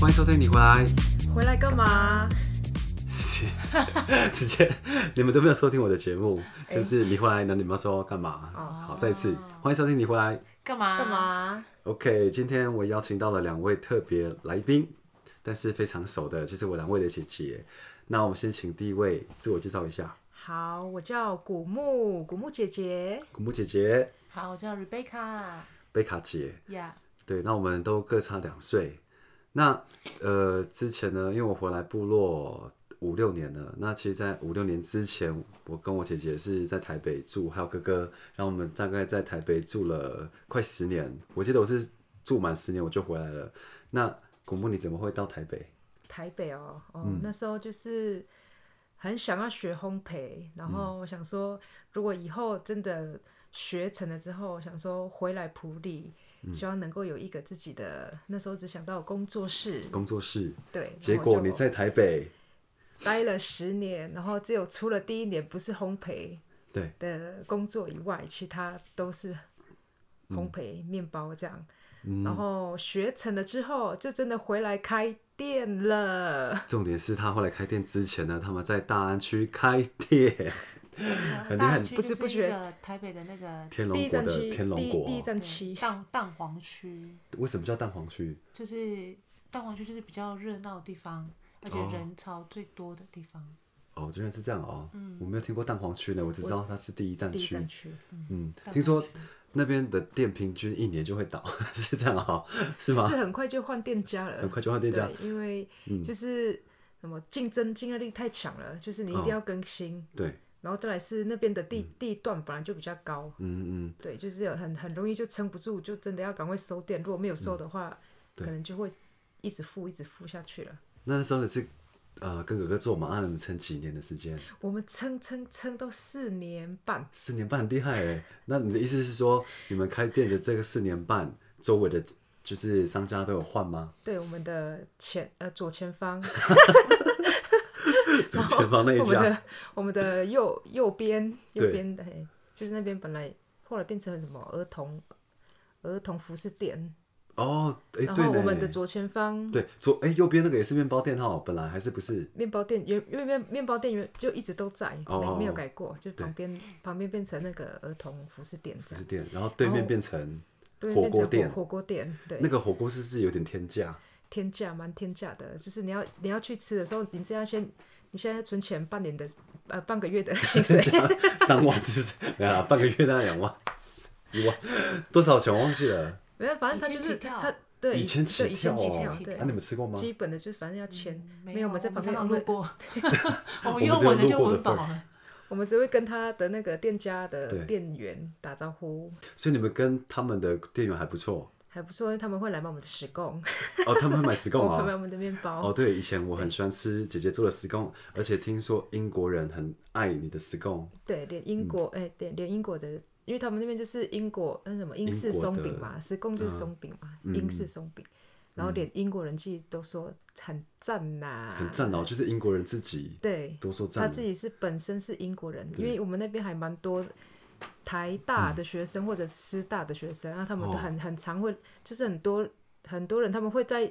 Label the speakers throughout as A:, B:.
A: 欢迎收听你回 来，
B: 回来干嘛？
A: 直接你们都没有收听我的节目，
B: 哎
A: 就是你回来，那你们要说干嘛？
B: 哦
A: 好，再一次欢迎收听你回来。
C: 干嘛？
B: 干？嘛？
A: OK，今天我邀请到了两位特别来宾，但是非常熟的，就是我两位的姐姐。那我们先请第一位自我介绍一下，
B: 好，我叫古木，古木姐姐。
A: 古木姐姐、
C: 好，我叫 Rebecca
A: 贝卡姐。
C: 呀、
A: 对，那我们都各差两岁。那呃，之前呢，因为我回来部落五六年了，那其实，在五六年之前，我跟我姐姐是在台北住，还有哥哥，然后我们大概在台北住了快十年。我记得我是住满十年我就回来了。那古木，你怎么会到台北？
B: 台北哦，哦，
A: 嗯
B: 那时候就是很想要学烘焙，然
A: 嗯
B: 后我想说，如果以后真的学成了之后，我想说回来普里，
A: 嗯
B: 希望能够有一个自己的。那时候只想到工作室，
A: 工作室。
B: 对。
A: 结
B: 然后
A: 果
B: 就
A: 你在台北，
B: 待了十年，然后只有除了第一年不是烘焙
A: 对，
B: 的工作以外，其他都是烘焙、面包这样。
A: 嗯
B: 然后学成了之后，就真的回来开店了。
A: 重点是他后来开店之前呢，他们在大安区开店， 很厉害
C: 大安区
B: 不
C: 就
B: 知
C: 是
B: 不觉
C: 那个台北的那个
A: 天
B: 第
A: 龙
B: 一
A: 国
B: 站
A: 的
B: 区，
A: 天龙
B: 第
A: 国。
B: 第一站
C: 对
B: 区，
C: 蛋蛋黄区，
A: 为什么叫蛋黄区？
C: 就是蛋黄区就是比较热闹的地方，而且人潮最多的地方。
A: 哦，居然是这样哦。我没有听过蛋黄区呢，我只知道它是第一站
B: 嗯第一
A: 区
B: 站。区。
A: 嗯，
C: 蛋黄
A: 听说
C: 区
A: 那边的店平均一年就会倒， 是这样哦，是吗
B: 就是？很快就换店家 了，
A: 很快就换店嗯家
B: 对因为就是什么竞争竞争力太强了，就是你一
A: 哦
B: 定要更新，
A: 对，
B: 然后再来是那边的地、地段本来就比较高，
A: 嗯嗯，
B: 对，就是有很很容易就撑不住，就真的要赶快收店。如果没有
A: 嗯
B: 收的话，可能就会一直付一直付下去了。
A: 那时候你是呃跟哥哥做嘛，那你们撑几年的时间？
B: 我们撑撑撑到四年半，
A: 四年半，很厉害哎。那你的意思是说，你们开店的这个四年半，周围的就是商家都有换吗？
B: 对我们的前呃左 前方，
A: 左前方那一
B: 我们
A: 家
B: 的我们的右右边
A: 对
B: 右边的，嘿就是那边本来后来变成什么儿童儿童服饰店，
A: 哦，哎、
B: 然
A: 对
B: 后
A: 呢，
B: 我们的左前方
A: 对左哎、右边那个也是面包店哈，本来还是不是？
B: 面包店原因为面面包店原就一直都在，
A: 哦哦哦
B: 没没有改过，就旁边旁边变成那个儿童服饰店
A: 不
B: 这样
A: 是。店，然后对面
B: 哦
A: 变成
B: 对，
A: 火
B: 变
A: 锅
B: 成
A: 店
B: 火锅店，对，
A: 那个火锅是不是有点天价？
B: 天价蛮天价的，就是你要你要去吃的时候，你这样先，你现在存钱半年的呃半个月的 薪水，
A: 三万是不是？没有啦，半个月大概两万，一万多少钱我忘记了。
B: 没有，反正他就
C: 以前
B: 是
C: 起跳
B: 他对
A: 以前起
B: 对以前起
A: 哦
B: 跳，
C: 以前
B: 对
C: 起，
A: 啊，你们吃过吗？
B: 基本的就是反正要钱，没
C: 嗯有，
B: 我们在旁
C: 常
B: 边我
C: 常路
B: 们
C: 过， 我
A: 我
C: 们
A: 们
C: 用
A: 只有
C: 闻的
A: 路
C: 就
A: 过的
C: 闻饱
A: 份
C: 了。
B: 我们只会跟他的那个店家
A: 对
B: 的店员打招呼，
A: 所以你们跟他们的店员还不错
B: 还不错，因为他们会来买我们的食贡，
A: 哦，他们会买石
B: 我
A: 贡
B: 们买
A: 啊。
B: 我们的面
A: 哦，
B: 包，
A: 对，以前我很喜欢吃姐姐做的石贡，而且听说英国人很爱你的石贡，
B: 对，
A: 嗯
B: 连英国哎，对，连英国的，因为他们那边就是英国那什么英式
A: 英国
B: 松
A: 的啊嗯
B: 饼嘛，食贡就是松饼嘛，英式松饼。然后连英国人自己都说很赞呐、
A: 很赞哦，就是英国人自己
B: 对，
A: 都说
B: 他
A: 赞
B: 自，己是本身是英国人，因为我们那边还蛮多台大的学生或者师大的学生，然后他们都
A: 哦
B: 很很常会，就是很多很多人他们会在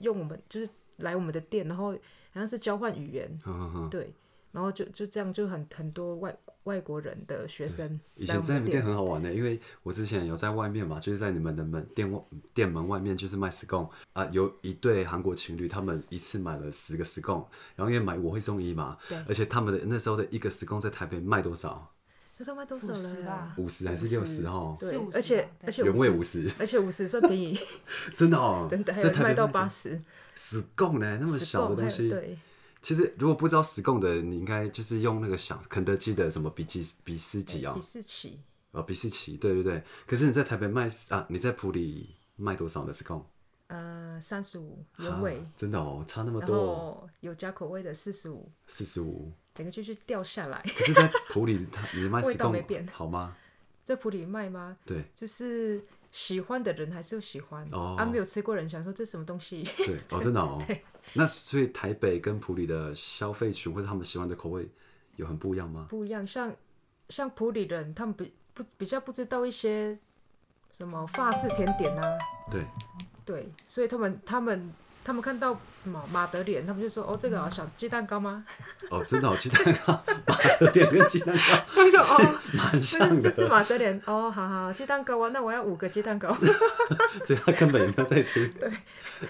B: 用我们就是来我们的店，然后好像是交换语言，
A: 嗯嗯嗯。
B: 对，然后就就这样就很很多外外国人的学生
A: 哎以
B: 来
A: 前
B: 我
A: 在你们
B: 们店
A: 店，很好玩的，因为我之前有在外面嘛，就是在你们的门店外店门外面就是卖石贡啊，有一对韩国情侣，他们一次买了十个石贡，然后因为买我会送一嘛
B: 对，
A: 而且他们的那时候的一个石贡在台北卖多少？
B: 那时候卖多少
C: 五十
B: 了
C: 吧？
A: 五十还是六十哦？
B: 对
C: 四五，十
B: 而且
C: 吧对
B: 而且
A: 原味五
B: 五十，
A: 十，
B: 而且五十算便宜，
A: 真的哦，
B: 真的还
A: 在
B: 有
A: 台北
B: 卖到八十，
A: 石贡呢，那么
B: 10
A: 小的
B: 贡还
A: 东
B: 有
A: 西。
B: 对。
A: 其实如果不知道石贡的，你应该就是用那个想肯德基的什么比基比斯吉啊
B: 比，斯奇
A: 哦比斯奇，对对对。可是你在台北卖啊，你在普里卖多少的石贡？
B: 呃，三十五原
A: 啊
B: 味，
A: 真的哦，差那么
B: 然
A: 多，
B: 后有加口味的四十五，
A: 四十五。
B: 整个就去掉下来。
A: 可是，在普里，他你卖
B: 味
A: 十
B: 道没
A: 贡
B: 变
A: 好吗？
B: 在普里卖吗？
A: 对
B: 就是喜欢的人还是会喜欢，
A: 哦
B: 啊，没有吃过人想说这什么东西，
A: 对，哦，真的哦。那所以台北跟普里的消费群或者他们喜欢的口味有很不一样吗？
B: 不一样。像像普里人，他们比不比较不知道一些什么法式甜点啊，
A: 对，
B: 对，所以他们他们他们看到马马德莲，他们就说：“哦，这个啊，小鸡蛋糕吗
A: 哦，真的好鸡蛋糕，马德莲跟鸡蛋糕
B: 他们说：“ 哦，
A: 蛮
B: 这
A: 像
B: 是这
A: 的，
B: 是马德莲哦，好好鸡蛋糕啊，那我要五个鸡蛋糕。
A: 所以他根本也没有在听。对，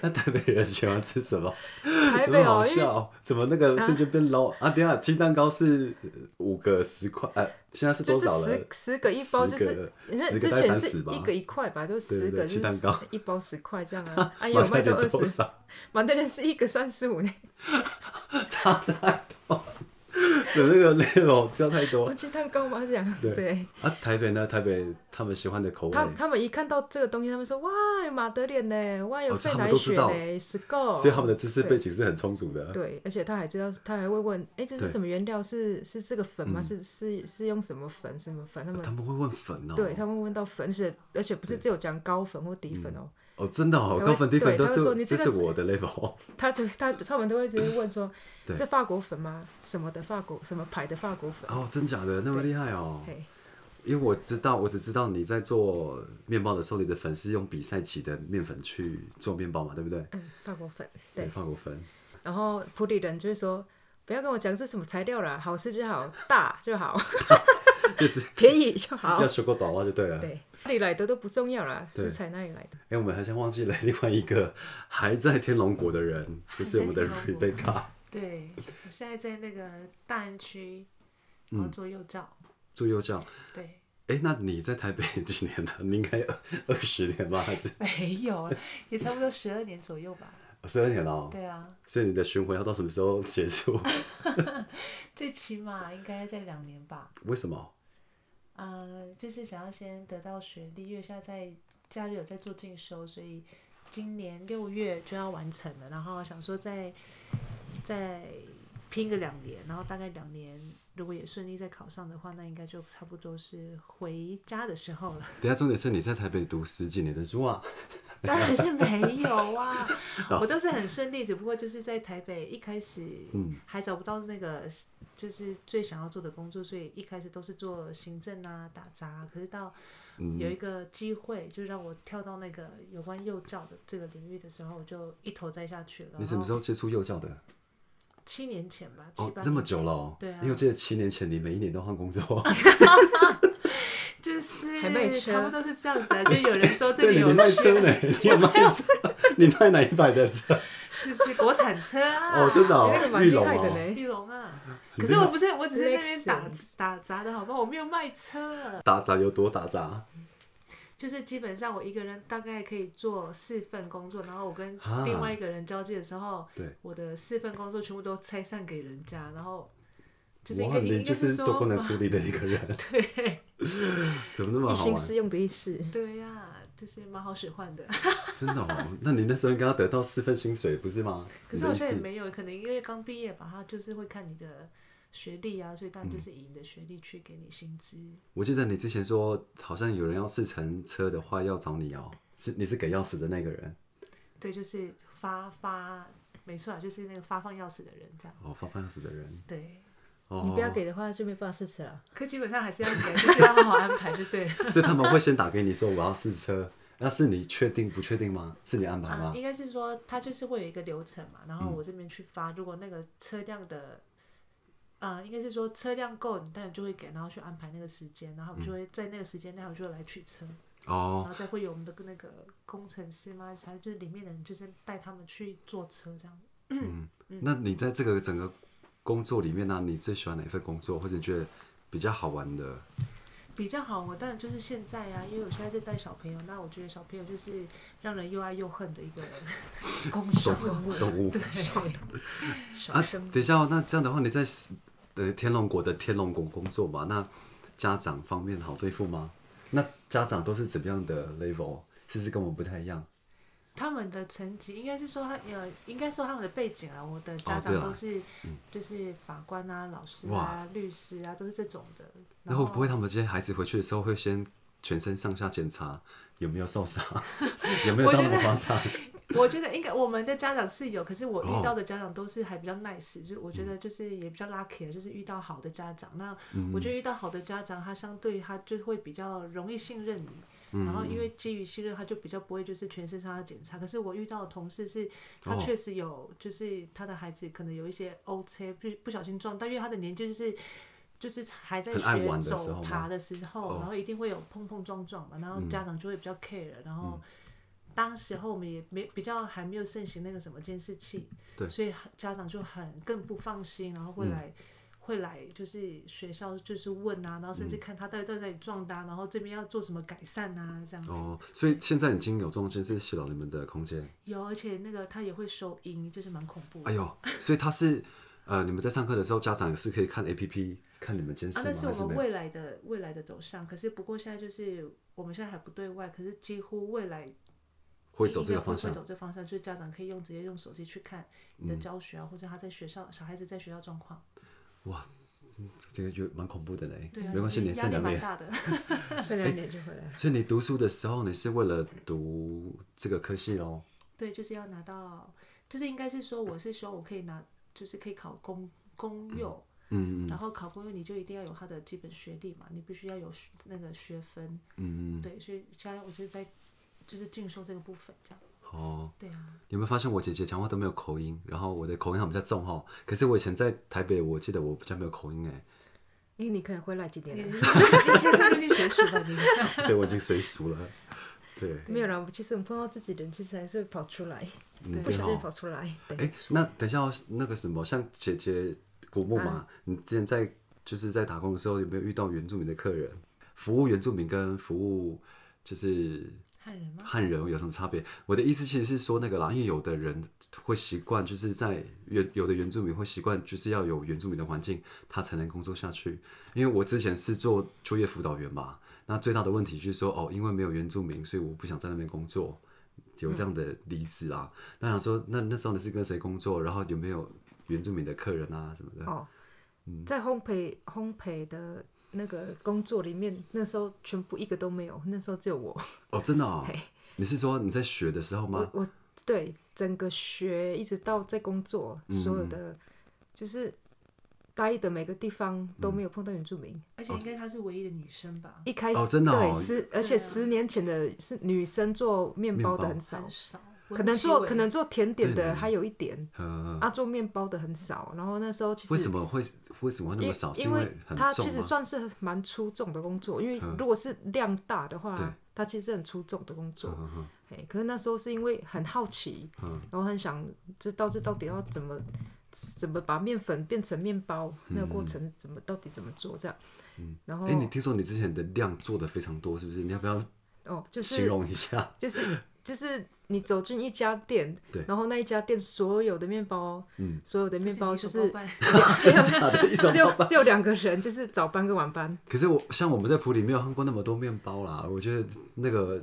A: 那台北人喜欢吃什么？
B: 台北
A: 很
B: 哦
A: 好，
B: 因为
A: 笑哦，怎么那个瞬间变 low 啊？等一下鸡蛋糕是呃五个十块，呃，现在是
B: 就
A: 多
B: 是
A: 少
B: 十
A: 了？
B: 十个一包，就
A: 十
B: 是
A: 个
B: 你看
A: 十个
B: 之
A: 大概
B: 前
A: 30
B: 是
A: 吧
B: 一个一块吧，就
A: 对
B: 十
A: 对
B: 个
A: 鸡
B: 就
A: 蛋
B: 是
A: 糕
B: 一包十块这样 啊，啊
A: 马
B: 有
A: 德
B: 卖到
A: 莲
B: 二
A: 多
B: 十，
A: 少？
B: 马德莲是一个三 十五呢，
A: 差太多， 整那个 level 差太多
B: 我。鸡蛋糕吗？这样
A: 对
B: 对。
A: 啊，台北呢？台北他们喜欢的口味
B: 他，他们一看到这个东西，他们说哇，有马德莲呢，哇，有
A: 哦这
B: 费
A: 他们
B: 奶
A: 都知
B: 雪
A: 道
B: 呢，是够。
A: 所以他们的知识
B: 对
A: 背景是很充足的。
B: 对，而且他还知道，他还会问，哎、这
A: 对嗯
B: 是什么原料？是是这个粉吗？是是是用什么粉？什么粉？他们、
A: 他们会问粉哦，
B: 对他们问到粉，而且而且不是只有讲高粉或低粉哦、
A: 哦，真的哦，
B: 他会
A: 高粉低粉
B: 对
A: 都
B: 他会说你
A: 是这
B: 这个
A: 是
B: 是
A: 我的 level，，
B: 他就他他们都会直接问说
A: 对
B: 这法国粉吗？什么的法国什么牌的法国粉？
A: 哦，真假的那么厉害哦？
B: 嘿，
A: 因为我知道，我只知道你在做面包的时候，你的粉是用比赛级的面粉去做面包嘛，对不对？
B: 嗯，法国粉，对。
A: 法国粉。
B: 然后普里人就会说，不要跟我讲是什么材料啦，好吃就好，大就好，
A: 就是
B: 便宜就好
A: 要。修过短袜就对了。
B: 对，哪里来的都不重要啦，
A: 对
B: 食材哪里来的？
A: 哎、我们好像忘记了另外一个还在天龙国的人，就是我们的
C: 还在天龙
A: Rebecca
C: 对，我现在在那个大安区，然后做幼照，
A: 做幼教。
C: 对，
A: 哎、那你在台北几年的？你应该二二十年吧，还是
C: 没有了，也差不多十二年左右吧。
A: 十二年了、哦？
C: 对啊，
A: 所以你的巡回要到什么时候结 束？
C: 最起码应该在两年吧。
A: 为什么？
C: 呃，就是想要先得到学历，因为现在在假日有在做进修，所以今年六月就要完成了。然后想说再再拼个两年，然后大概两年，如果也顺利再考上的话，那应该就差不多是回家的时候了。
A: 等一下重点是你在台北读十几年的书啊。
C: 当然是没有啊，我都是很顺利，只不过就是在台北一开始
A: 嗯
C: 还找不到那个就是最想要做的工作，所以一开始都是做行政啊、打杂。可是到
A: 嗯
C: 有一个机会，就让我跳到那个有关幼教的这个领域的时候，我就一头栽下去了。
A: 你什么时
C: 候？
A: 候接触幼教的？
C: 七年前吧，七
A: 哦
C: 八，
A: 这么
C: 年前
A: 久了、哦。
C: 对啊啊
A: 因为我记得七年前你每一年都换工作，
C: 就是
B: 还卖车
C: 差不多是这样子啊，就有人说 这
A: 对，
C: 里
A: 你
C: 有
A: 卖
C: 缺
A: 车呢，你有卖车，你卖哪一版的车？
C: 就是国产车啊，
A: 哦，真的、
B: 哎你那个
A: 哦，玉
B: 蛮厉
A: 龙
B: 害的
A: 哦，
B: 呢。
C: 玉龙啊。
A: 很厉
C: 可是
A: 害
C: 我不是，我只是那边打
B: Lexus
C: 打杂的好不好？我没有卖车，
A: 打杂有多打杂？
C: 就是基本上我一个人大概可以做四份工作，然后我跟
A: 啊
C: 另外一个人交际的时候，
A: 对，
C: 我的四份工作全部都拆散给人家，然后就是一
A: 哇，
C: 个
A: 你
C: 应
A: 就
C: 该
A: 是
C: 说
A: 多功能处理的一个人，
C: 对
A: 怎么那么
B: 一
A: 哦好
B: 心
A: 玩？
B: 四用的意思。
C: 对呀、就是蛮好使唤的。
A: 真的哦， 那你那时候应该要得到四份薪水，不是吗？
C: 可
A: 你
C: 是
A: 的
C: 好
A: 意
C: 像也
A: 思
C: 没有，可能因为刚毕业吧，他就是会看你的学历啊，所以当
A: 嗯
C: 然就是以你的学历去给你薪资。
A: 我记得你之前说，好像有人要试乘车的话要找你哦，是你是给钥匙的那个人
C: 对，就是发发，没错啊，就是那个发放钥匙的人这样。
A: 哦，发放钥匙的人
C: 对。
A: 哦，
B: 你不要给的话，就没办法试吃了。
C: 可基本上还是要给，就是要好好安排，就 对了。
A: 哦所以他们会先打给你说我要试车，那是你确定不确定吗？是你安排
C: 啊
A: 吗，？
C: 应该是说它就是会有一个流程嘛，然后
A: 嗯
C: 我这边去发，如果那个车辆的，呃，应该是说车辆够，你当然就会给，然后去安排那个时间，然后我们就会在那个时间内，我们就会来取车，然
A: 哦，
C: 后再会有我们的那个工程师嘛，还就是里面的人，就是带他们去坐车这样。嗯
A: 那你在这个整个工作里面呢、你最喜欢哪一份工作，或者你觉得比较好玩的？
C: 比较好，我当然就是现在啊，因为我现在就带小朋友，那我觉得小朋友就是让人又爱又恨的一个工 作。
A: 动物
C: 对，
B: 小
A: 啊
B: 生，
A: 等一下、哦，那这样的话，你在呃天龙国的天龙国工作嘛？那家长方面好对付吗？那家长都是怎么样的 level？是不是跟我们不太一样？
C: 他们的层级应该是说他呃，应该说他们的背景啊，我的
A: 哦
C: 家
A: 对
C: 长
A: 啦
C: 都是、就是法官啊、老师
A: 哇
C: 啊、律师啊，都是这种的。
A: 那会不会他们这些孩子回去的时候会先全身上下检查有没有受 伤，有没有到那么夸张？
C: 我觉得应该我们的家长是有，可是我
A: 哦
C: 遇到的家长都是还比较 nice，、就是我
A: 嗯
C: 觉得就是也比较 lucky，就是啊遇到好的家长。那我觉得遇到好的家长，他相对他就会比较容易信任你，
A: 嗯
C: 然后因为基于信任，他就比较不会就是全身上下检查。可是我遇到的同事是，他
A: 哦
C: 确实有就是他的孩子可能有一些 O C 不不小心撞到，因为他的年纪就是。就是还在
A: 很爱
C: 学
A: 玩的时候
C: 走
A: 吗哦嗯
C: 爬的时候，然后一定会有碰碰撞撞嘛，然后家长就会比较 care，然后当时候我们也没比较还没有盛行那个什么监视器，
A: 对嗯
C: 所以家长就很更不放心，然后会来、会来就是学校就是问啊，然后甚
A: 嗯
C: 至看他到底在哪里撞的啊、然后这边要做什么改善啊这样子。
A: 哦，所以现在已经有这种监视器了，你们的空间。
C: 有，而且那个他也会收音，就是蛮恐怖的。
A: 哎呦，所以他是呃，你们在上课的时候，家长也是可以看 A P P 看你们监视
C: 啊，
A: 吗？
C: 那是
A: 还
C: 我
A: 没
C: 们
A: 有？
C: 未来的未来的走向。可是不过现在就是我们现在还不对外，可是几乎未来
A: 会走这
C: 应
A: 个
C: 该
A: 方
C: 会
A: 向嗯
C: 会走这方向，就是家长可以用直接用手机去看你的教学啊，或者他在学校小孩子在学校状况。
A: 哇，嗯这个就蛮恐怖的嘞。
C: 对啊，
A: 没关
C: 就
A: 系，
C: 是
A: 连
C: 压
A: 剩
C: 力
A: 两
C: 蛮
A: 年。
C: 大的。
B: 这
A: 哎
B: 两点就回来了。
A: 所以你读书的时候，你是为了读这个科系哦喽？
C: 对，就是要拿到，就是应该是说，我是希望我可以拿，就是可以考公公幼，
A: 嗯
C: 然后考公幼你就一定要有他的基本学历嘛，你必须要有学那个学分，
A: 嗯，
C: 对，所以现在我就是在就是进修这个部分，这样，
A: 哦。
C: 对啊，
A: 有没有发现我姐姐讲话都没有口音，然后我的口音好像比较重哦。可是我以前在台北，我记得我比较没有口音哎。
B: 因为你可能回来几
C: 你
B: 点
C: 你
B: 了？
C: 可以入境学习吧，你。
A: 对，我已经随俗了。对，
B: 没有啦，其实我们碰到自己人，其实还是会跑出来，
A: 嗯，
B: 不
A: 对
B: 小心跑
A: 哦。
B: 出来。对
A: 哎，那等一下哦那个什么，像姐姐古木嘛，你之前在就是在打工的时候，有没有遇到原住民的客人？服务原住民跟服务就是
C: 汉人吗？
A: 汉人有什么差别？我的意思其实是说那个啦，因为有的人会习惯，就是在原有的原住民会习惯，就是要有原住民的环境，他才能工作下去。因为我之前是做就业辅导员嘛，那最大的问题就是说，哦，因为没有原住民，所以我不想在那边工作，有这样的离职啦。那想说，那那时候你是跟谁工作？然后有没有原住民的客人啊什么的？
B: 哦，在烘焙烘焙的那个工作里面，那时候全部一个都没有，那时候只 有我。
A: 哦，真的哦
B: 嘿，
A: 你是说你在学的时候吗
B: 我？我对整个学一直到在工作，
A: 嗯
B: 所有的就是待的每个地方都没有碰到原住民。
C: 而且应该她是唯一的女生吧，
B: 一开始、
A: 哦真的哦
B: 对十，而
C: 啊
B: 且十年前的是女生做面包的
A: 面包
B: 很少，
C: 很少，
B: 可能做可能做甜点
A: 对
B: 的
A: 呢
B: 还有一点，
A: 呃，
B: 啊，做面包的很少。然后那时候其实
A: 为什么会为什么会那
B: 因
A: 么少？是
B: 因
A: 为很
B: 它
A: 重
B: 其实
A: 吗？嗯
B: 算是蛮出众的工作，因为如果是量大
A: 对
B: 的话，它其实是很出众的工作。
A: 嗯嗯
B: 哎，可是那时候是因为很好奇，
A: 嗯
B: 然后很想知道这到底要怎么怎么把面粉变成面包，那个过程怎么到底怎么做这样。然后
A: 哎、嗯你听说你之前的量做的非常多，是不是？你要不要
B: 哦，就
A: 形
B: 是
A: 容一下？
B: 就是就是你走进一家店
A: 对，
B: 然后那一家店所有的面包，所有的面包就
C: 就是 是
A: 假的，一手
B: 只
A: 包
B: 有
A: 办。
B: 只有两个人，就是早班跟晚班。
A: 可是我像我们在普里没有看过那么多面包啦，我觉得那个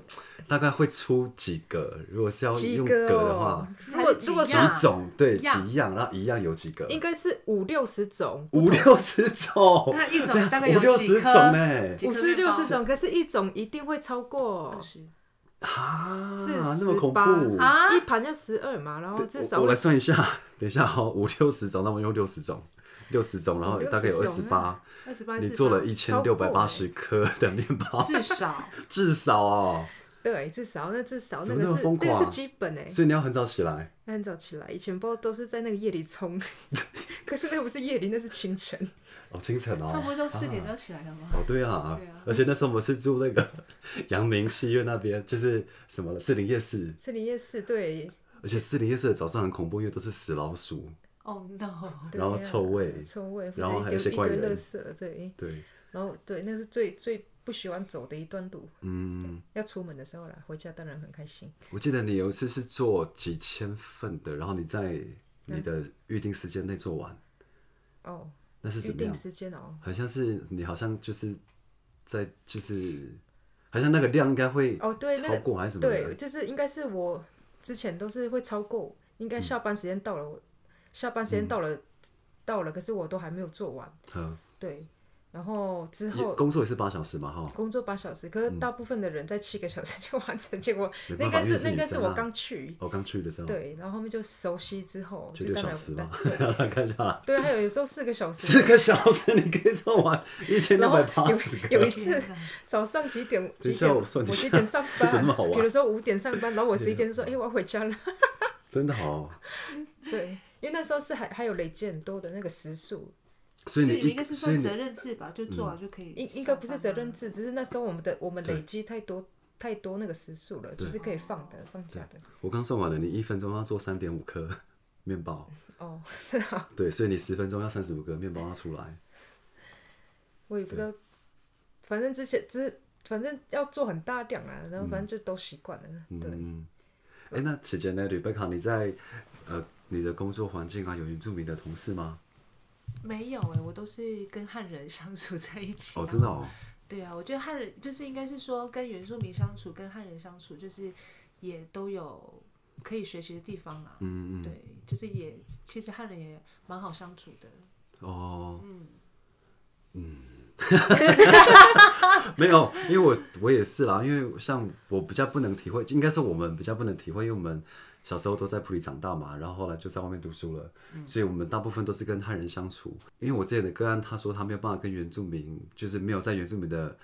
A: 大概会出几个，如果是要
B: 几
A: 用格
B: 个
A: 的
B: 哦
A: 话，，
B: 如果
C: 还是
B: 如果
C: 几
B: 是
A: 几
C: 样
A: 种对
C: 一样
A: 几样，然后一样有几个，
B: 应该是五六十种，
A: 五六十种，
C: 那一种大概
A: 五
C: 有
A: 六
C: 几
A: 十
C: 颗？
A: 种哎、
C: 几
B: 五
C: 颗
B: 十
C: 面
B: 六
C: 包
B: 十种，可是一种一定会超过
C: 二十
A: 啊，
B: 四
A: 那么
B: 十
A: 恐
B: 八
A: 怖！
C: 啊
B: 一盘要十二嘛，然后至
A: 我
B: 少
A: 我来算一下， 等一下哦，五六十种，那我们用六十种，六十种，然后大概有二十
B: 60种
A: 八
B: 啊。
C: 二十八，
A: 你做了
C: 48
A: 一千六百八十颗的面包，
C: 至少。
A: 至少哦，
B: 对，至少那至少
A: 怎么
B: 那个
A: 那么
B: 是
A: 疯狂啊
B: 那个是基本哎、
A: 所以你要很早起来。
B: 那很早起来，以前包都是在那个夜里冲， 可是那个不是夜里，那是清晨。
A: 哦，清晨哦。
C: 他不是都四点
A: 啊
C: 就起来了吗？
A: 哦，对啊，
C: 对啊
A: 而且那时候我们是住那个阳明戏院那边，就是什么了，士林夜市，
B: 森林夜市对，
A: 而且士林夜市的早上很恐怖，因为都是死老鼠，
C: 哦 no！
B: 对
A: 然后
B: 啊
A: 臭味
B: 臭味，
A: 然后还有
B: 一
A: 一些
B: 堆
A: 怪
B: 一堆
A: 人
B: 垃圾，对，
A: 对，
B: 然后对，那是最最不喜欢走的一段路。
A: 嗯，
B: 要出门的时候啦，回家当然很开心。
A: 我记得你有一次是做几千份的，然后你在你的预定时间内做完，
B: 哦，
A: 那是
B: 预
A: 怎么
B: 定
A: 样？
B: 时间哦，
A: 好像是你好像就是在就是，好像那个量应该会
B: 哦对那
A: 超
B: 个
A: 过还是怎么
B: 对，
A: 样？
B: 就是应该是我之前都是会超过，应
A: 嗯
B: 该下班时间到了，我下班时间到了、到了，可是我都还没有做完。
A: 嗯，
B: 对，然后之
A: 也
B: 后
A: 工作也是八小时嘛，哈，
B: 工作八小时，可是大部分的人在七个小时就完成，结果
A: 没办
B: 那应
A: 法
B: 该
A: 因为
B: 是
A: 是
B: 那应该
A: 女
B: 是
A: 生
B: 我
A: 啊
B: 刚去，
A: 我刚去的时候，
B: 对，然后后面就熟悉之后
A: 就
B: 就
A: 六
B: 当
A: 小
B: 然
A: 时吧，
B: 对
A: 看一下啦，
B: 对，还有有时候四个小时
A: 啊四，个小时你可以做 完一千
B: 然
A: 六
B: 后
A: 百八十个，
B: 有有一次
C: 天哪
B: 早上几点
A: 等
B: 几
A: 一下
B: 点
A: 我算一下
B: 几点上
A: 这怎么那么好
B: 班，
A: 玩
B: 比如说五点上班，然后我十一点说哎我要回家了，
A: 真的好，
B: 对，因为那时候是还还有累积很多的那个时数，
A: 所以你
C: 你
A: 一
C: 应该是
A: 所以
C: 算责
A: 你
C: 任制吧，就做完就可以。
B: 应应该不是责任
C: 制，
B: 制，只是那时候我们的我们
A: 对
B: 累积太多太多那个时数了，就是可以放的放假的，
A: 我刚算完了，你一分钟要做三点五颗 面包，
B: 哦，是啊，
A: 对，所以你十分钟要三十五个面包要出来，
B: 我也不知道，反正之前之反正要做很大量啊，然后反正就都习惯了， 对。
A: 嗯，哎、那期间呢，Rebecca，你在呃你的工作环境啊，有原住民的同事吗？
C: 没有哎、我都是跟汉人相处在一起。
A: 哦，真的。哦，
C: 对啊，我觉得汉人就是应该是说跟原住民相处，跟汉人相处，就是也都有可以学习的地方啊。
A: 嗯嗯，
C: 对，就是也其实汉人也蛮好相处的。
A: 哦，嗯
C: 嗯，
A: 没有，因为我我也是啦，因为像我比较不能体会，应该是我们比较不能体会，因为我们小时候都在普里长大嘛，然后后来就在外面读书了，
B: 嗯
A: 所以我们大部分都是跟汉人相处。因为我之前的个案，他说他没有办法跟原住民，就是没有在原住民的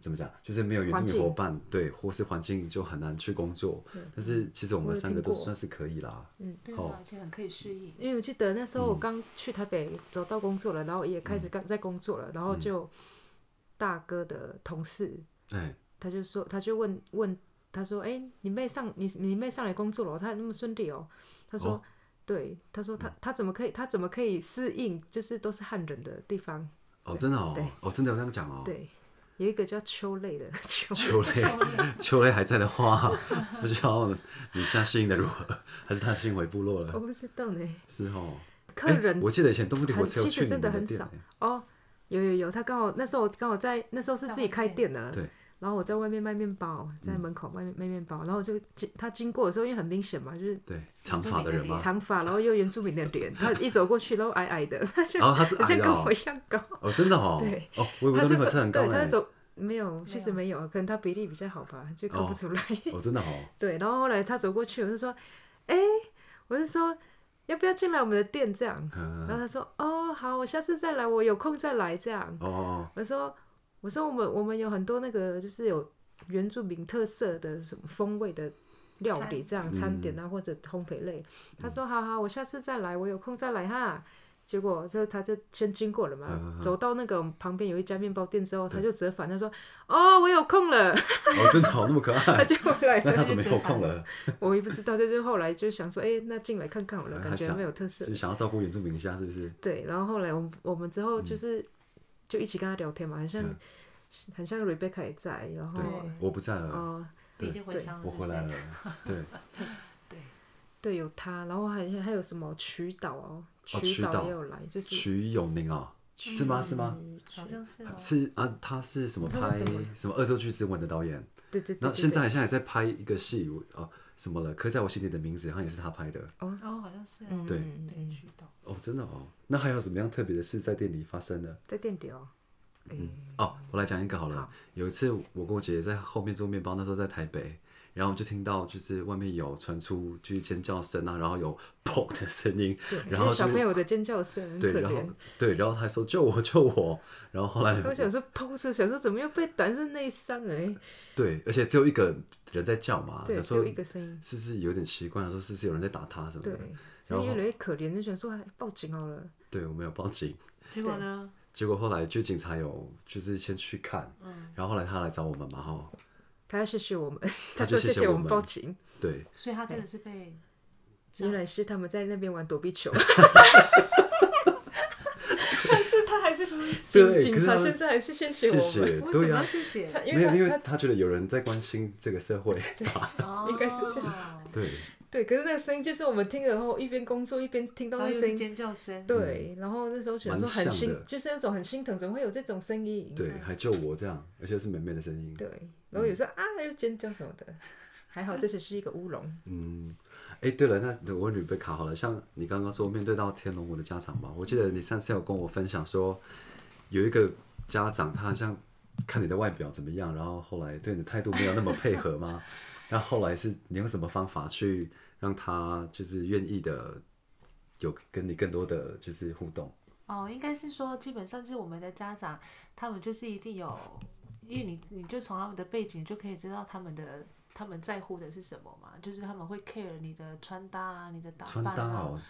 A: 怎么讲，就是没有原
B: 环
A: 住
B: 境
A: 民伙伴，对，或是环境就很难去工作。但是其实我
B: 我
A: 们
B: 有
A: 三个
B: 听
A: 都
B: 过嗯
A: 算是可以啦，
C: 对
A: 哦
C: 啊，而且很可以适应。
B: 因为我记得那时
A: 嗯
B: 候我刚去台北找到工作了，然后也开始刚在工作了，然
A: 嗯
B: 后就大哥的同事
A: 哎、
B: 他就说，他就问问他说，哎、你妹上你你妹上来工作了哦，她那么顺利哦？他说，
A: 哦
B: 对，他说他他怎么可以他怎么可以适应，就是都是汉人的地方，
A: 哦，真的哦
B: 对，
A: 哦，真的有这样讲哦。
B: 对。有一个叫秋类的 秋，
A: 秋雷，秋雷还在的话，不知道你现在适应的如何，还是他适应回部落
B: 我
A: 了？
B: 不知道呢。
A: 是哦。
B: 客哦人
A: 欸我记得以前动物帝国
B: 很
A: 才有
B: 其
A: 去
B: 实
A: 你
B: 真
A: 们
B: 的
A: 的
B: 很
A: 店
B: 少
A: 欸。
B: 哦。有有有，他刚好那时候刚好在那时候是自己开店的，
A: 对。嗯
B: 然后我在外面卖面包，在门口卖面卖面包，然后我就经他经过的时候，因为很明显嘛，就是
A: 对，长发的人吗？
B: 长发，然后又原住民的脸，他一走过去，然后矮矮的， 他就
A: 然后他是
B: 好
A: 矮
B: 像
A: 的
B: 跟
A: 哦
B: 我一样高，
A: 哦，真的哦。
B: 对
A: 哦，我以为
B: 他
A: 动
B: 就
A: 物是
B: 走
A: 很高
B: 对，他
A: 哎
B: 就。走没有，其实没有，可能他比例比较好吧，就看
A: 哦
B: 不出来。
A: 哦，真的哦。
B: 对，然后后来他走过去，我就说，哎、我就说要不要进来我们的店这样，然后
A: 嗯。
B: 他说哦好，我下次再来，我有空再来这样。
A: 哦哦
B: 我说我说我们我们有很多那个就是有原住民特色的什么风味的料理，
C: 餐
B: 这样餐点啊、或者烘焙类。他说好好，我下次再来，我有空再来哈。结果就他就先经过了嘛，
A: 嗯嗯嗯
B: 走到那个我们旁边有一家面包店之后，他就折返，他说哦我有空了，
A: 哦，哦，真的哦，那么可
B: 他
A: 爱。
B: 就回 来
A: 那他
B: 了。
A: 怎么有空了？
B: 我也不知道，就是后来就想说，哎、那进来看看好了，
A: 呃
B: 感
A: 他
B: 觉
A: 想
B: 没有特色。
A: 是想要照顾原住民一下，是不是？
B: 对，然后后来我们我们之后就是、就一起跟他聊天嘛，很像、
A: 嗯
B: 很像 Rebecca 也在，然后
A: 对
C: 对，
A: 我不在了，
B: 哦、
C: 你已经回乡了，
A: 我
C: 是不
A: 回
C: 是
A: 来了。 对，
C: 对，
B: 对，有他，然后还还有什么曲岛哦，
A: 曲岛
B: 岛也有来，就是
A: 徐永宁哦，是吗？是吗？
C: 好像是哦。
A: 是啊，他是什么
B: 他
A: 拍
B: 是什么
A: 什么恶作剧之吻的导演？
B: 对对对
A: 然
B: 对
A: 后现在
B: 对
A: 好像也在拍一个戏，我哦什么了？刻在我心里的名字，好像也是他拍的。
C: 哦，好像是哦。
B: 嗯
A: 对
B: 嗯嗯
C: 对，
B: 嗯
C: 渠道。
A: 哦，真的哦。那还有什么样特别的事在店里发生呢？
B: 在店里哦，哎、
A: 哦，我来讲一个好了。
B: 好
A: 有一次，我跟我姐姐在后面做面包，那时候在台北，然后我们就听到就是外面有传出就是尖叫声啊，然后有砰的声音，
B: 对，
A: 然后
B: 是小
A: 就
B: 朋
A: 是
B: 友的尖叫声很
A: 对，
B: 可
A: 然后
B: 怜。
A: 对，然后她还说救我救我，然后后来
B: 我想说，砰！是想说怎么又被打是内伤哎？
A: 对，而且只有一个人在叫嘛，啊
B: 对，
A: 有
B: 只
A: 时候
B: 有一个声音。
A: 是不是有点奇怪？说是不是有人在打他什么
B: 对
A: 的？，
B: 所以
A: 然后
B: 越来越可怜，就想说哎报警好了。
A: 对，我没有报警。
C: 结果呢？
A: 结果后来就警察有就是先去看，
C: 嗯
A: 然后后来他来找我们嘛，哈，
B: 他要谢谢我们，
A: 他
B: 他
A: 就
B: 说
A: 谢
B: 谢
A: 谢
B: 谢
A: 我
B: 我们
A: 们
B: 报警。
A: 对，
C: 所以他真的是被这
B: 原
C: 样
B: 来是他们在那边玩躲避 球，但是他还是
A: 对
B: 警
A: 可
B: 警
A: 是他
B: 察，
A: 们
B: 现在还是谢谢
A: 谢
B: 我们。
A: 谢，
C: 为什
A: 对
C: 么
A: 啊
C: 要，谢谢？
B: 他因
A: 没有，因
B: 为
A: 为
B: 他
A: 他觉得有人在关心这个社会，
C: 哦
B: 应该是这样。
A: 对，
B: 对，可是那个声音就是我们听了后一边工作一边听到
C: 然后
B: 那
C: 又
B: 声
C: 是
B: 音，
C: 尖叫声，
B: 对，然后那时候想说
A: 嗯蛮像
B: 很
A: 的
B: 心，就是那种很心疼，怎么会有这种声音？
A: 对，嗯还救我这样，而且是妹妹的声音，
B: 对，然后有时候啊又尖叫什么的，还好这只是一个乌龙，
A: 嗯，哎，对了，那我问你被卡好了，像你刚刚说面对到天龙国的家长嘛，我记得你上次有跟我分享说，有一个家长他好像看你的外表怎么样，然后后来对你的态度没有那么配合吗？ 然后后来是你用什么方法去让他就是愿意的有跟你更多的就是互动？
C: 哦，应该是说，基本上就是我们的家长，他们就是一定有，因为你你就从他们的背景就可以知道他们的他们在乎的是什么嘛，就是他们会 care 你的穿搭啊，你的打
A: 穿
C: 扮
A: 搭
C: 啊，
A: 哦，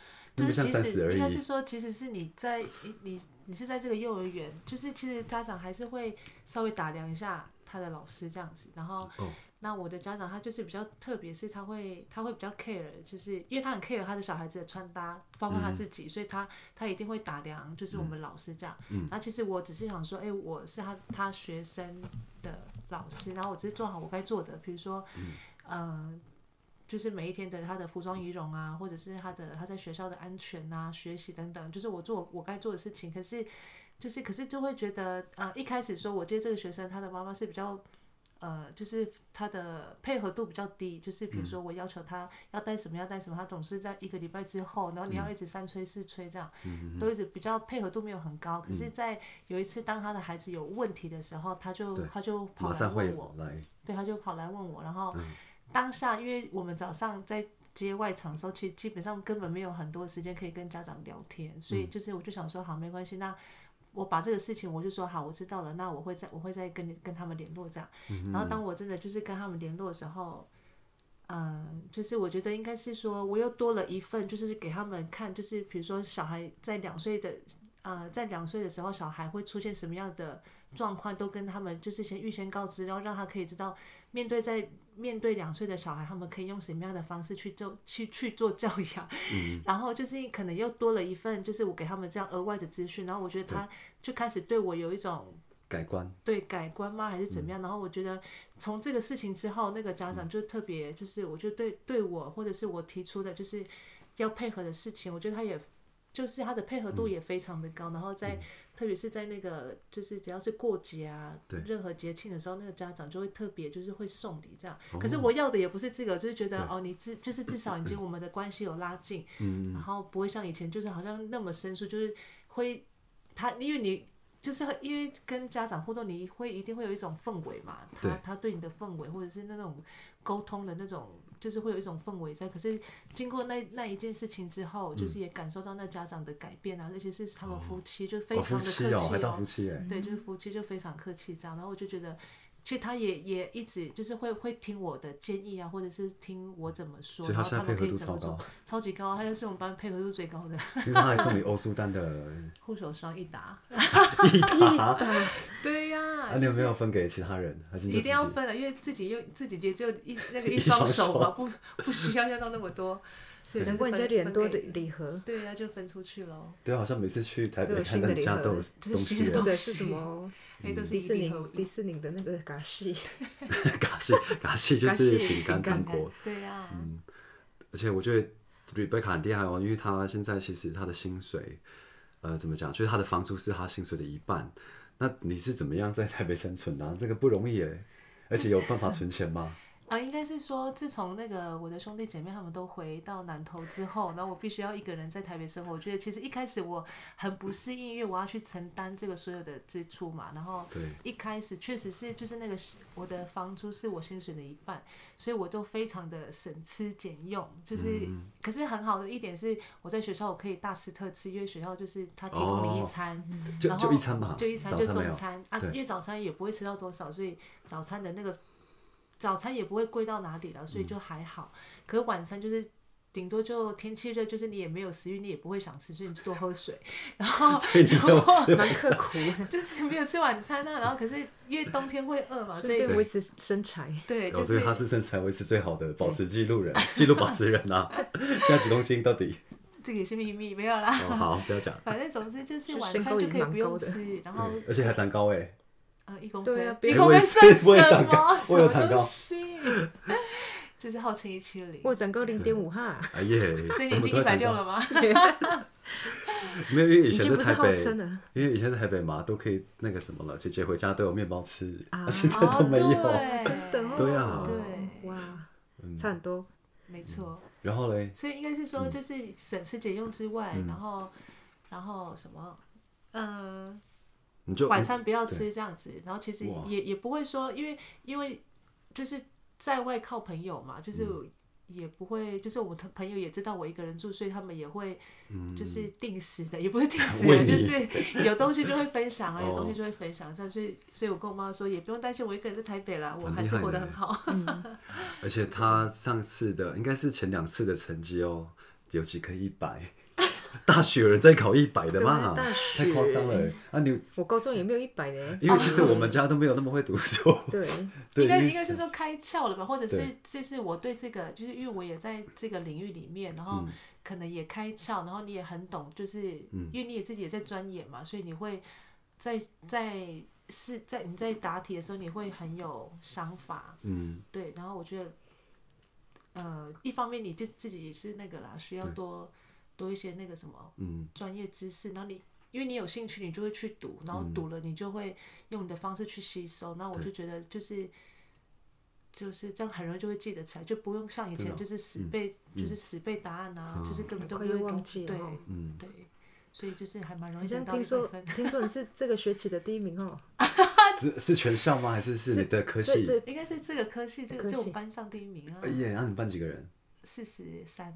A: 那
C: 就
A: 么
C: 是
A: 像
C: 即
A: 三十
C: 使
A: 而
C: 应该
A: 已
C: 是，说，即使是你在你你你是在这个幼儿园，就是其实家长还是会稍微打量一下他的老师这样子。然后，
A: 哦
C: 那我的家长他就是比较特别，是他会他会比较 care，就是因为他很 care 他的小孩子的穿搭，包括他
A: 嗯
C: 自己，所以他他一定会打量，就是我们老师这样。
A: 嗯
C: 然后其实我只是想说，哎、我是他他学生的老师，然后我只是做好我该做的，比如说，呃，就是每一天的他的服装仪容啊，或者是他的他在学校的安全啊、学习等等，就是我做我该做的事情。可是，就是可是就会觉得，呃，一开始说我接这个学生，他的妈妈是比较。呃，就是他的配合度比较低，就是比如说我要求他要带什么要带什么，他总是在一个礼拜之后，然后你
A: 嗯
C: 要一直三催四催这样，都一直比较配合度没有很高。可是，
A: 嗯
C: 在有一次当他的孩子有问题的时候，他就
A: 对
C: 他就跑
A: 马
C: 来
A: 上会
C: 问我，
A: 有来，
C: 对，他就跑来问我，然后当下因为我们早上在接外场的时候，其实基本上根本没有很多时间可以跟家长聊天，所以就是我就想说，好，没关系，那我把这个事情我就说好，我知道了，那我会再我会再跟你跟他们联络这样。然后当我真的就是跟他们联络的时候。嗯，就是我觉得应该是说，我又多了一份，就是给他们看，就是比如说小孩在两岁的，呃，在两岁的时候，小孩会出现什么样的状况，都跟他们就是先预先告知，然后让他可以知道面对在面对两岁的小孩，他们可以用什么样的方式去做去去做教养， 然后就是可能又多了一份，就是我给他们这样额外的资讯，然后我觉得他就开始对我有一种
A: 改观，
C: 对改观吗，还是怎么样？然后我觉得从这个事情之后，那个家长就特别，就是我就对对我或者是我提出的，就是要配合的事情，我觉得他也就是他的配合度也非常的高。然后在、特别是在那个就是只要是过节啊
A: 对，
C: 任何节庆的时候，那个家长就会特别就是会送礼这样。可是我要的也不是这个，就是觉得哦，你至就是至少已经我们的关系有拉近，然
A: 嗯
C: 后不会像以前就是好像那么生疏，就是会他因为你就是会因为跟家长互动，你会一定会有一种氛围嘛，他
A: 对
C: 他对你的氛围或者是那种沟通的那种，就是会有一种氛围在。可是经过那那一件事情之后，就是也感受到那家长的改变啊，而且是他们夫妻就非
A: 嗯哦，
C: 常
A: 夫
C: 的
A: 妻
C: 客
A: 哦，
C: 气
A: 还到夫妻哎，
C: 对，就是夫妻就非常客气这样，然后我就觉得，其实他也也一直就是会会听我的建议啊，或者是听我怎么说，
A: 所以
C: 然
A: 他
C: 后
A: 现在
C: 们
A: 配
C: 可
A: 合
C: 以
A: 度
C: 怎么
A: 超
C: 做
A: 高，，
C: 超级高，他就是我们班配合度最高的
A: 因为他还送你欧舒丹的
C: 护手霜一打。
A: 一打，
C: 对呀、
A: 啊，你有没有分给其他人？还是你就
C: 一定要
A: 自己
C: 分的，因为自己又自己也只有一那个
A: 一
C: 一
A: 双
C: 双手嘛，
A: 手
C: 不不需要要到那么多，所以
B: 难怪
C: 你
B: 人家礼很多的礼盒，
C: 对呀、就分出去喽。
A: 对，啊好像每次去台
B: 都
A: 北
B: 有
A: 看
B: 新
A: 到
B: 的
A: 人
B: 礼
A: 家
B: 盒
A: 都有
C: 就是
A: 东
C: 新
A: 西
C: 的
A: 了
C: 东，
B: 对，
C: 西
B: 是什么？
A: 嗯
C: 哎、都 是
B: 迪
C: 一
B: 士
C: 礼
B: 尼
C: 盒一
B: 迪士尼的那个 嘎西，
A: 嘎西嘎西 就是饼干糖
B: 饼干
A: 果，
C: 对呀、
A: 嗯而且我觉得 Rebecca 很厉害哦，因为她现在其实她的薪水，呃，怎么讲，就是她的房租是她薪水的一半。那你是怎么样在台北生存的啊、这个不容易耶，而且有办法存钱吗？
C: 啊，应该是说，自从那个我的兄弟姐妹他们都回到南投之后，然后我必须要一个人在台北生活。我觉得其实一开始我很不适应，因为我要去承担这个所有的支出嘛。然后
A: 对
C: 一开始确实是就是那个是我的房租是我薪水的一半，所以我都非常的省吃俭用。就是、可是很好的一点是，我在学校我可以大吃特吃，因为学校就是他提供你一
A: 哦
C: 餐，
A: 就
C: 然后
A: 就一餐嘛，
C: 就一餐
A: 哦早
C: 就
A: 餐没
C: 中
A: 有。
C: 餐啊
A: 对，
C: 因为早餐也不会吃到多少，所以早餐的那个早餐也不会贵到哪里了，所以就还好。可是晚餐就是。顶多就天气热，就是你也没有食欲，你也不会想吃，所以你就多喝水。 然后
A: 所以你没有 吃
B: 蛮刻苦，
C: 就是没有吃晚餐啊，然后可是因为冬天会饿嘛，哦所
B: 顺
C: 以
B: 便维持身材。
C: 对，
A: 哦，
C: 就
A: 所
C: 是
A: 以他是身材维持最好的保持记录人，记录保持人 啊！现在几公斤到底？
C: 这个也是秘密，没有啦。
A: 哦，好，不要讲。
C: 反正总之就是
B: 就
C: 晚
B: 身
C: 餐
B: 高
C: 就
B: 也
C: 可以
B: 蛮
C: 不用
B: 高的
C: 吃，然后
A: 对，而且还长高哎。
C: 呃，一公分，
B: 对啊
C: 一
B: 别
C: 公分算什
A: 我
C: 么？
A: 也
C: 什
A: 长高我有
C: 么
A: 长高
C: 东西？ 就是号称一七零，
B: 我长高零点五哈，
A: 哎耶！
C: 所以你
A: 我们
C: 已经
A: 都
C: 一
A: 会
C: 百
A: 长高
C: 六了吗？
A: 没有，因为以
B: 已
A: 前
B: 经
A: 在
B: 不是
A: 台
B: 号
A: 北，
B: 称了
A: 因为以前在台北嘛，都可以那个什么了，姐姐回家都有面包吃，
B: 啊
A: 现在
C: 哦，
A: 都没有。
C: 对
B: 真的哦，
A: 对啊嗯
C: 对
B: 哇，差很多，
C: 没错。
A: 然后嘞，
C: 所以应该是说，
A: 嗯
C: 就是省吃俭用之外，然后，然后什么，嗯、
A: 你就哎
C: 晚餐不要吃这样子，然后其实也也不会说，因为因为就是在外靠朋友嘛，就是
A: 嗯
C: 也不会，就是我的朋友也知道我一个人住，所以他们也会就是定时的，也不 是定时
A: 嗯喂
C: 的，
A: 你
C: 就是有东西就会分享啊，
A: 哦
C: 有东西就会分享，这样所以所以我跟我妈说也不用担心我一个人在台北啦，我
A: 很厉
C: 还是
A: 害
C: 活得
A: 呢
C: 很好。
A: 而且他上次的应该是前两次的成绩哦，有几科一百， 大学有人在考一百的嘛
B: 对大，
A: 太夸张了啊！你
B: 我高中也没有一百呢。啊
A: 因为其实我们家都没有那么会读 书，
B: 对，
A: 对，
C: 应该
A: 因为嗯
C: 应该是说开窍了吧，或者
A: 对
C: 是这是我对这个，就是因为我也在这个领域里面，然
A: 嗯
C: 后可能也开窍，然后你也很懂，就是、因为你也自己也在钻研嘛，所以你会在在是在你在答题的时候，你会很有想法，
A: 嗯，
C: 对，然后我觉得，呃，一方面你就自己也是那个啦，需要多多一些那个什么，
A: 嗯，
C: 专业知识，然后你。因为你有兴趣，你就会去读，
A: 嗯
C: 然后读了你就会用你的方式去吸收。那我就觉得就是就是这样，很容易就会记得起来，就不用像以
A: 啊
C: 前就是死背，就是死背答案啊，就是根本都不
B: 很快
C: 会
B: 就忘
C: 懂
B: 记了
C: 对
B: 哦，
A: 嗯
C: 对，所以就是还蛮容
B: 好
C: 易得
B: 像
C: 到
B: 听
C: 一百
B: 说
C: 分。
B: 听说你是这个学期的第一名哦。
A: 是是全校吗？还是是你的科
B: 对
A: 系？
B: 对，
C: 应该是这个科系，这
B: 科
C: 个
B: 系
C: 就我们班上第一名啊
A: 哎，呀，那你班几个人？
C: 四十三，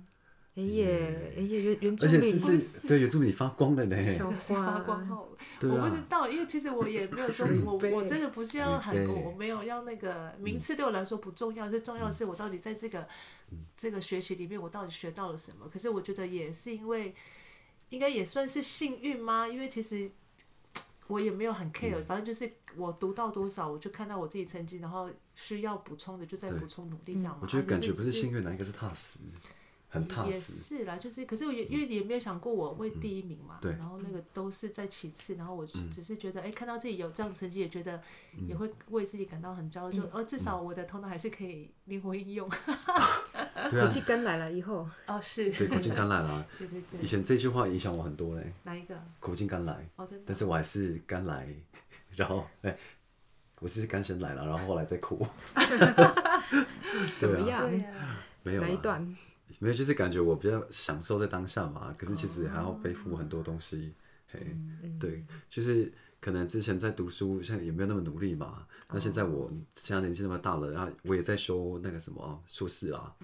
B: 哎耶哎耶，原原住
A: 而且
B: 民
A: 是是，对，原住民你发光了呢，
B: 小
C: 就是发光
B: 花，
C: 后，
A: 对
C: 我
A: 啊
C: 不知道，因为其实我也没 有说我
B: 背
C: 我真的不是要喊
A: 背
C: 我，我没有要那个
A: 嗯
C: 名次对我来说不重要，最重要的是我到底在这个
A: 嗯
C: 这个学习里面我到底学到了什么。可是我觉得也是因为，应该也算是幸运吗？因为其实我也没有
A: 嗯
C: 很 care，反正就是我读到多少，我就看到我自己成绩，然后需要补充的就再
A: 对嗯
C: 补充努力这样嘛。
A: 我觉得
C: 可
A: 感觉
C: 只
A: 不是幸运啊，应该是踏实，很踏
C: 也
A: 实。嗯
C: 是啦，就是可是我也因为也没有想过我会第一名嘛，
A: 对嗯
C: 然后那个都是在其次，然后我就只是觉得，哎、看到自己有这样成绩，也觉得也会为自己感到很骄傲，就
A: 嗯
C: 哦，至少我的头脑还是可以灵活应用。
A: 对
B: 国
A: 啊，
B: 际跟来了以后，
C: 哦，是，
A: 对，口径甘蓝 啊，
C: 对对对
A: 以前这句话影响我很多嘞，
C: 哪一个？
A: 口径甘蓝。
C: 哦，真的
A: 但是我还是刚来，然后哎、我是刚先来了，然后后来再哭，
B: 怎么
A: 对啊
B: 样？
C: 对呀、
A: 没有啊
B: 哪一
A: 啦
B: 段？
A: 没有，就是感觉我比较享受在当下嘛，可是其实还要背负很多东西，嘿，对，就是可能之前在读书，现在也没有那么努力嘛，那现在我现在年纪那么大了，然后我也在修那个什么啊硕士啊，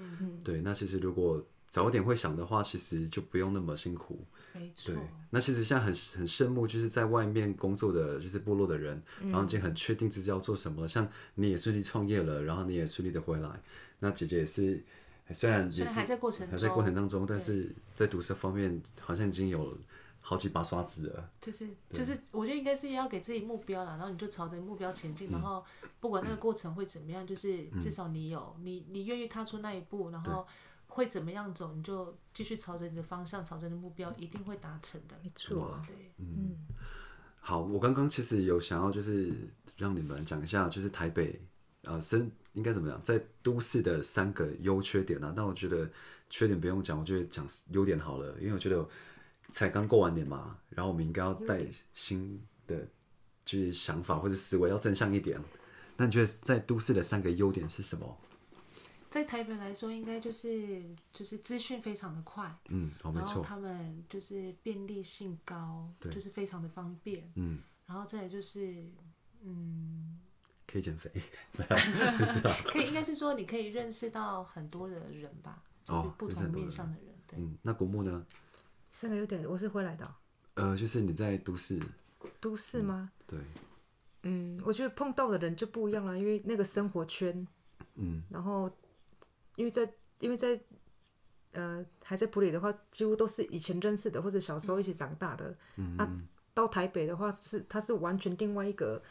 A: 对，那其实如果早一点会想的话，其实就不用那么辛苦，
C: 没错
A: 对，，那其实现在很很羡慕，就是在外面工作的，就是部落的人，
C: 嗯
A: 然后已经很确定自己要做什么了。像你也顺利创业了，然后你也顺利的回来。那姐姐也是，哎虽然
C: 虽
A: 也
C: 然
A: 是
C: 还在过程
A: 还在过程
C: 中，
A: 当中，但是在读这方面好像已经有好几把刷子了。
C: 就是就是，我觉得应该是要给自己目标啦，然后你就朝着目标前
A: 嗯
C: 进，然后不管那个过程会怎么样，就是至少你有你你愿意踏出那一步，然后会怎么样走，你就继续朝着你的方向，朝着你的目标，一定会达成的。
A: 嗯
B: 没错，
C: 对，
A: 好，我刚刚其实有想要就是让你们讲一下，就是台北啊，呃生应该怎么讲，在都市的三个优缺点啊。但我觉得缺点不用讲，我觉得讲优点好了，因为我觉得才刚过完年嘛，然后我们应该要带新的就是想法或者思维要正向一点。那你觉得在都市的三个优点是什么？
C: 在台北来说，应该就是就是资讯非常的快，
A: 嗯，哦，没
C: 然后
A: 错，
C: 他们就是便利性高，
A: 对
C: 就是非常的方便，
A: 嗯，
C: 然后再来就是嗯。
A: 可以减肥，
C: 可以，应该是说你可以认识到很多的人吧，就是
A: 哦
C: 不
A: 认识
C: 同
A: 很多
C: 面
A: 人
C: 向的人。对，
A: 嗯，那国木呢？
B: 三个优点，我是回来的哦
A: 呃，就是你在都市，
B: 都市吗？
A: 对，
B: 嗯，我觉得碰到的人就不一样了，因为那个生活圈，
A: 嗯，
B: 然后因为在因为在呃还在普里的话，几乎都是以前认识的或者小时候一起长大的。嗯、啊，到台北的话是它是完全另外一个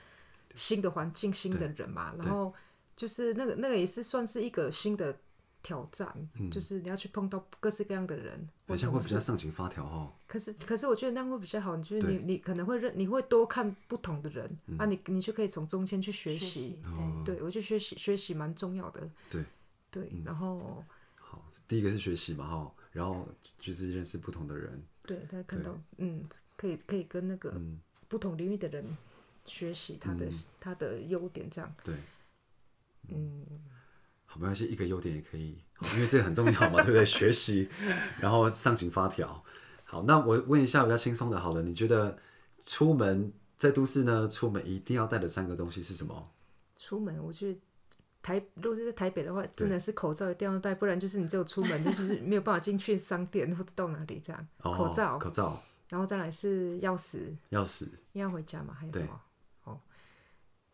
B: 新的环境、新的人嘛，然后就是那个那个也是算是一个新的挑战，就是你要去碰到各式各样的人，
A: 嗯好像会比较上紧发条哦。
B: 可是，可是我觉得那样会比较好。你就是
A: 对嗯
B: 你，你可能会认，你会多看不同的人、啊，你你就可以从中间去学
C: 学
B: 习
C: 习。
A: 哦
C: 对，
B: 对，我觉得学习学习蛮重要的。
A: 对，
B: 对，
A: 嗯
B: 然后
A: 好，第一个是学习嘛哈，然后就是认识不同的人，
B: 对大家看到，嗯，可以可以跟那个
A: 嗯
B: 不同领域的人学习他的、他的优点，这样。
A: 对，嗯，好，没关系，一个优点也可以，好因为这个很重要 嘛，对不对？学习，然后上紧发条。好，那我问一下比较轻松的，好了，你觉得出门在都市呢，出门一定要带的三个东西是什么？
B: 出门，我去台，如果是在台北的话，真的是口罩一定要戴，不然就是你只有出门，就是没有办法进去商店或者到哪里这样。
A: 哦
B: 口罩，
A: 口罩，
B: 然后再来是钥匙，
A: 钥匙，
B: 因为要回家嘛，还有
A: 对
B: 什么？哦，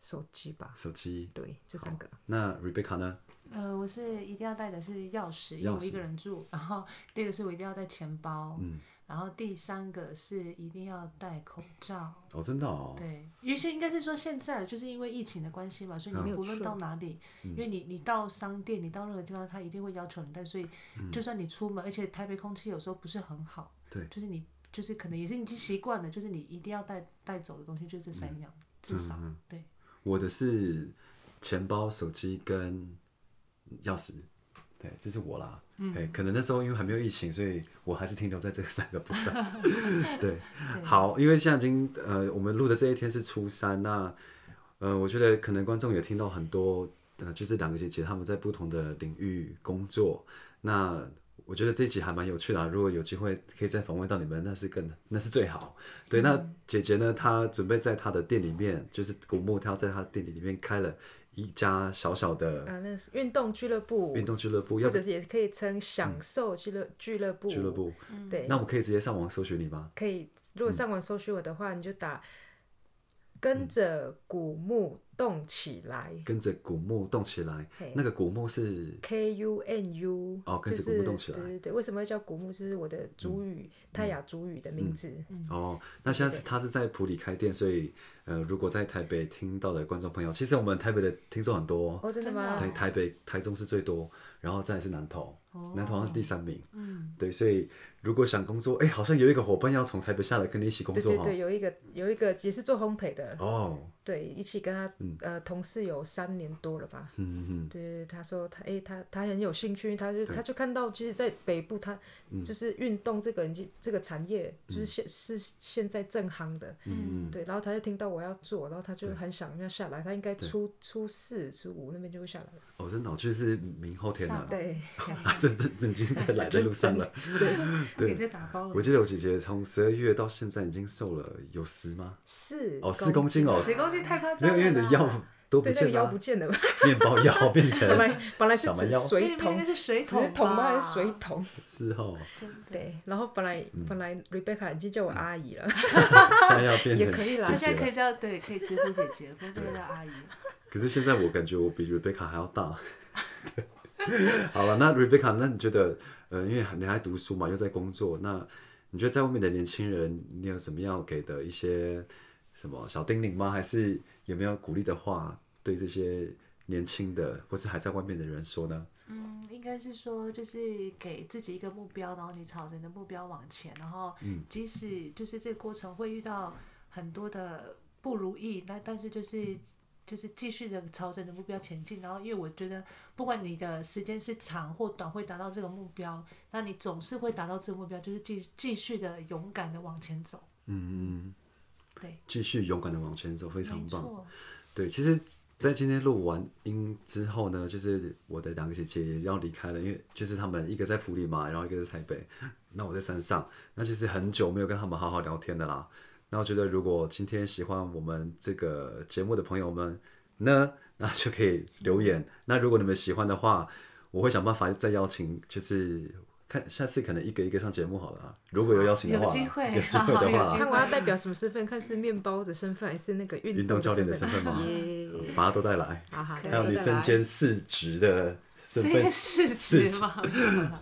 B: 手机吧，
A: 手机。
B: 对，这三个。
A: 那 Rebecca 呢？
C: 呃，我是一定要带的是钥匙，因为
A: 钥
C: 我一个
A: 匙嗯
C: 人住。然后第二个是我一定要带钱包，然后第三个是一定要戴口罩。
A: 哦，真的哦，
C: 对，因为现应该是说现在了，就是因为疫情的关系嘛，所以
B: 没
A: 嗯
C: 你
B: 有
C: 不论
B: 错
C: 到哪里，因为你你到商店，你到任何地方，他一定会要求你带，所以就算你出门，而且台北空气有时候不是很好，
A: 嗯对
C: 就是你就是可能也是已经习惯了，就是你一定要带带走的东西就是这
A: 嗯
C: 三样，至少对。
A: 我的是钱包、手机跟钥匙，对，这是我啦。嗯，可能那时候因为还没有疫情，所以我还是停留在这三个部分。对，好，因为现在已经呃，我们录的这一天是初三，那呃，我觉得可能观众也听到很多呃，就是两个姐姐她们在不同的领域工作，那。我觉得这集还蛮有趣的、啊，如果有机会可以再访问到你们，那是更那是最好。对，那姐姐呢？她准备在她的店里面，就是古木，她在她的店里里面开了一家小小的
B: 啊，那是运动俱乐部，
A: 运动俱乐部，要
B: 或
A: 不
B: 者是也可以称享受俱乐俱乐部。
A: 俱乐部。
B: 对，
A: 那我们可以直接上网搜寻你吗？
B: 可以，如果上网搜寻我的话，你就打跟着古木动起来、
A: 跟着古木动起来
B: 嘿，
A: 那个古木是
B: k U N U，
A: 哦跟着古木动起来嗯
B: 对对对，为什么要叫古木？就是我的主语，泰雅主语的名字。
A: 哦，那现在是他是在普里开店，所以呃，如果在台北听到的观众朋友，其实我们台北的听众很多哦
B: 哦，真的
C: 真的
B: 吗？
A: 台
C: 哦
A: 台北、台中是最多，然后再来是南投，
B: 哦
A: 南投好像是第三名。嗯，对，所以如果想工作，哎，好像有一个伙伴要从台北下来跟你一起工
B: 对
A: 作
B: 对
A: 哈。
B: 对，有一个有一个也是做烘焙的，
A: 哦，
B: 对，一起跟他、
A: 嗯
B: 呃同事有三年多了吧。嗯嗯。对对对，他说他哎、他他很有兴趣，他就他就看到，其实，在北部他
A: 嗯
B: 就是运动这个已经这个产业就是现、是现在正夯的。嗯对，然后他就听到我要做，然后他就很想要下来，他应该初初四初五那边就会下来了。
A: 哦，真的哦、就是明后天了
C: 上，
B: 对，
A: 啊， 正正正经在来的路上了。
C: 给这打
B: 哦
C: 包
A: 我
C: 了，
A: 记得我姐姐从十二月到现在已经瘦了有十吗？
B: 四
A: 哦四公斤哦
C: 十公斤太夸
A: 没
C: 张
A: 有，
C: 了啦，
A: 因为你的腰都不
B: 啊对，那个
A: 见
B: 腰
A: 了
B: 不
A: 啊，
B: 见了吧？
A: 面包腰变成
B: 本来本来是
A: 小蛮
B: 指
A: 腰
C: 那
B: 水
C: 那应
B: 桶
C: 该，是水
B: 纸
C: 桶
B: 筒吗？
C: 吧？
B: 还是水桶？
A: 之后，
C: 真的。
B: 对，然后本来
A: 嗯
B: 本来 Rebecca 已经叫我阿姨了，
A: 现在要变成
B: 也可以啦
A: 姐姐
C: 她现在可
A: 了。
C: 以叫对，可以直呼姐姐，不用再叫阿姨。
A: 可是现在我感觉我比 Rebecca 还要大。对好了，那 Rebecca，那你觉得，呃，因为你还读书嘛，又在工作，那你觉得在外面的年轻人，你有什么要给的一些什么小叮咛吗？还是有没有鼓励的话，对这些年轻的或是还在外面的人说呢？
C: 嗯，应该是说，就是给自己一个目标，然后你朝着你的目标往前，然后
B: 嗯
C: 即使就是这个过程会遇到很多的不如意，那但是就是。就是继续的朝着你的目标前进，然后因为我觉得，不管你的时间是长或短，会达到这个目标，那你总是会达到这个目标，就是继继续的勇敢的往前走，
B: 嗯
A: 继续勇敢的往前走，非常
C: 没
A: 棒。
C: 错，
A: 对，其实，在今天录完音之后呢，就是我的两个姐姐也要离开了，因为就是她们一个在普里嘛，然后一个在台北， 那我在山上，那其实很久没有跟她们好好聊天的啦。那我觉得，如果今天喜欢我们这个节目的朋友们呢， 那就可以留言。那如果你们喜欢的话，我会想办法再邀请，就是看下次可能一个一个上节目好了啊。如果有邀请的话啦，
C: 有机会
A: 有机会的
C: 好
A: 话
C: 有机
A: 啦
C: 会
B: 看我要代表什么身份，看是面包的身份还是那个
A: 运
B: 运
A: 动
B: 动
A: 教练的
B: 的
A: 身份吗
B: 耶，
A: 把它都带来。
B: 好好，
C: 还
A: 还有你身兼四职的身
C: 这
A: 份
C: 个，事情 嘛，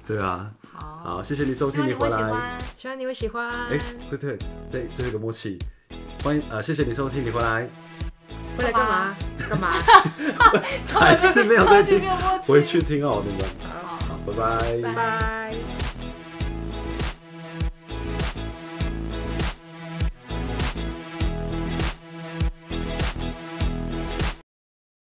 A: 对啊。
C: 好
A: 好，谢谢你收
C: 希望
A: 听，
C: 你
A: 回
C: 会喜
A: 来。
C: 欢，
B: 希望你会喜欢。
A: 哎，对对，这这是个默契。欢迎啊、呃谢谢你收听，你回来，
B: 回来 干嘛？干嘛？
A: 还是没有在
C: 超级
A: 听
C: 没有默，契
A: 回去听哦，你们。
B: 好
A: 好，拜拜
B: 拜。